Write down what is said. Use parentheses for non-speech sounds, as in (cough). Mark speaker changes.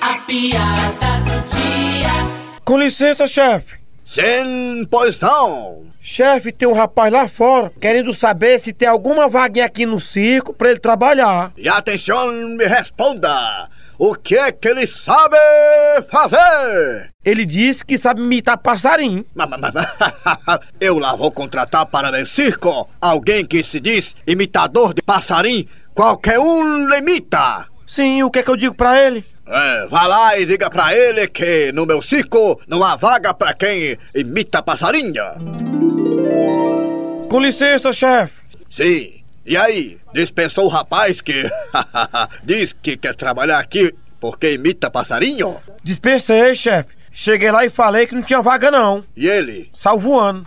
Speaker 1: A piada do dia.
Speaker 2: Com licença, chefe.
Speaker 3: Sim, pois não.
Speaker 2: Chefe, tem um rapaz lá fora querendo saber se tem alguma vaguinha aqui no circo pra ele trabalhar.
Speaker 3: E atenção, me responda. O que é que ele sabe fazer?
Speaker 2: Ele disse que sabe imitar passarinho.
Speaker 3: Ma- ma- ma- (laughs) Eu lá vou contratar para meu circo alguém que se diz imitador de passarim. Qualquer um limita.
Speaker 2: Sim, o que é que eu digo pra ele?
Speaker 3: É, vá lá e diga pra ele que no meu circo não há vaga pra quem imita passarinha.
Speaker 2: Com licença, chefe.
Speaker 3: Sim. E aí, dispensou o rapaz que (laughs) diz que quer trabalhar aqui porque imita passarinho?
Speaker 2: Dispensei, chefe. Cheguei lá e falei que não tinha vaga não.
Speaker 3: E ele?
Speaker 2: Salvo voando.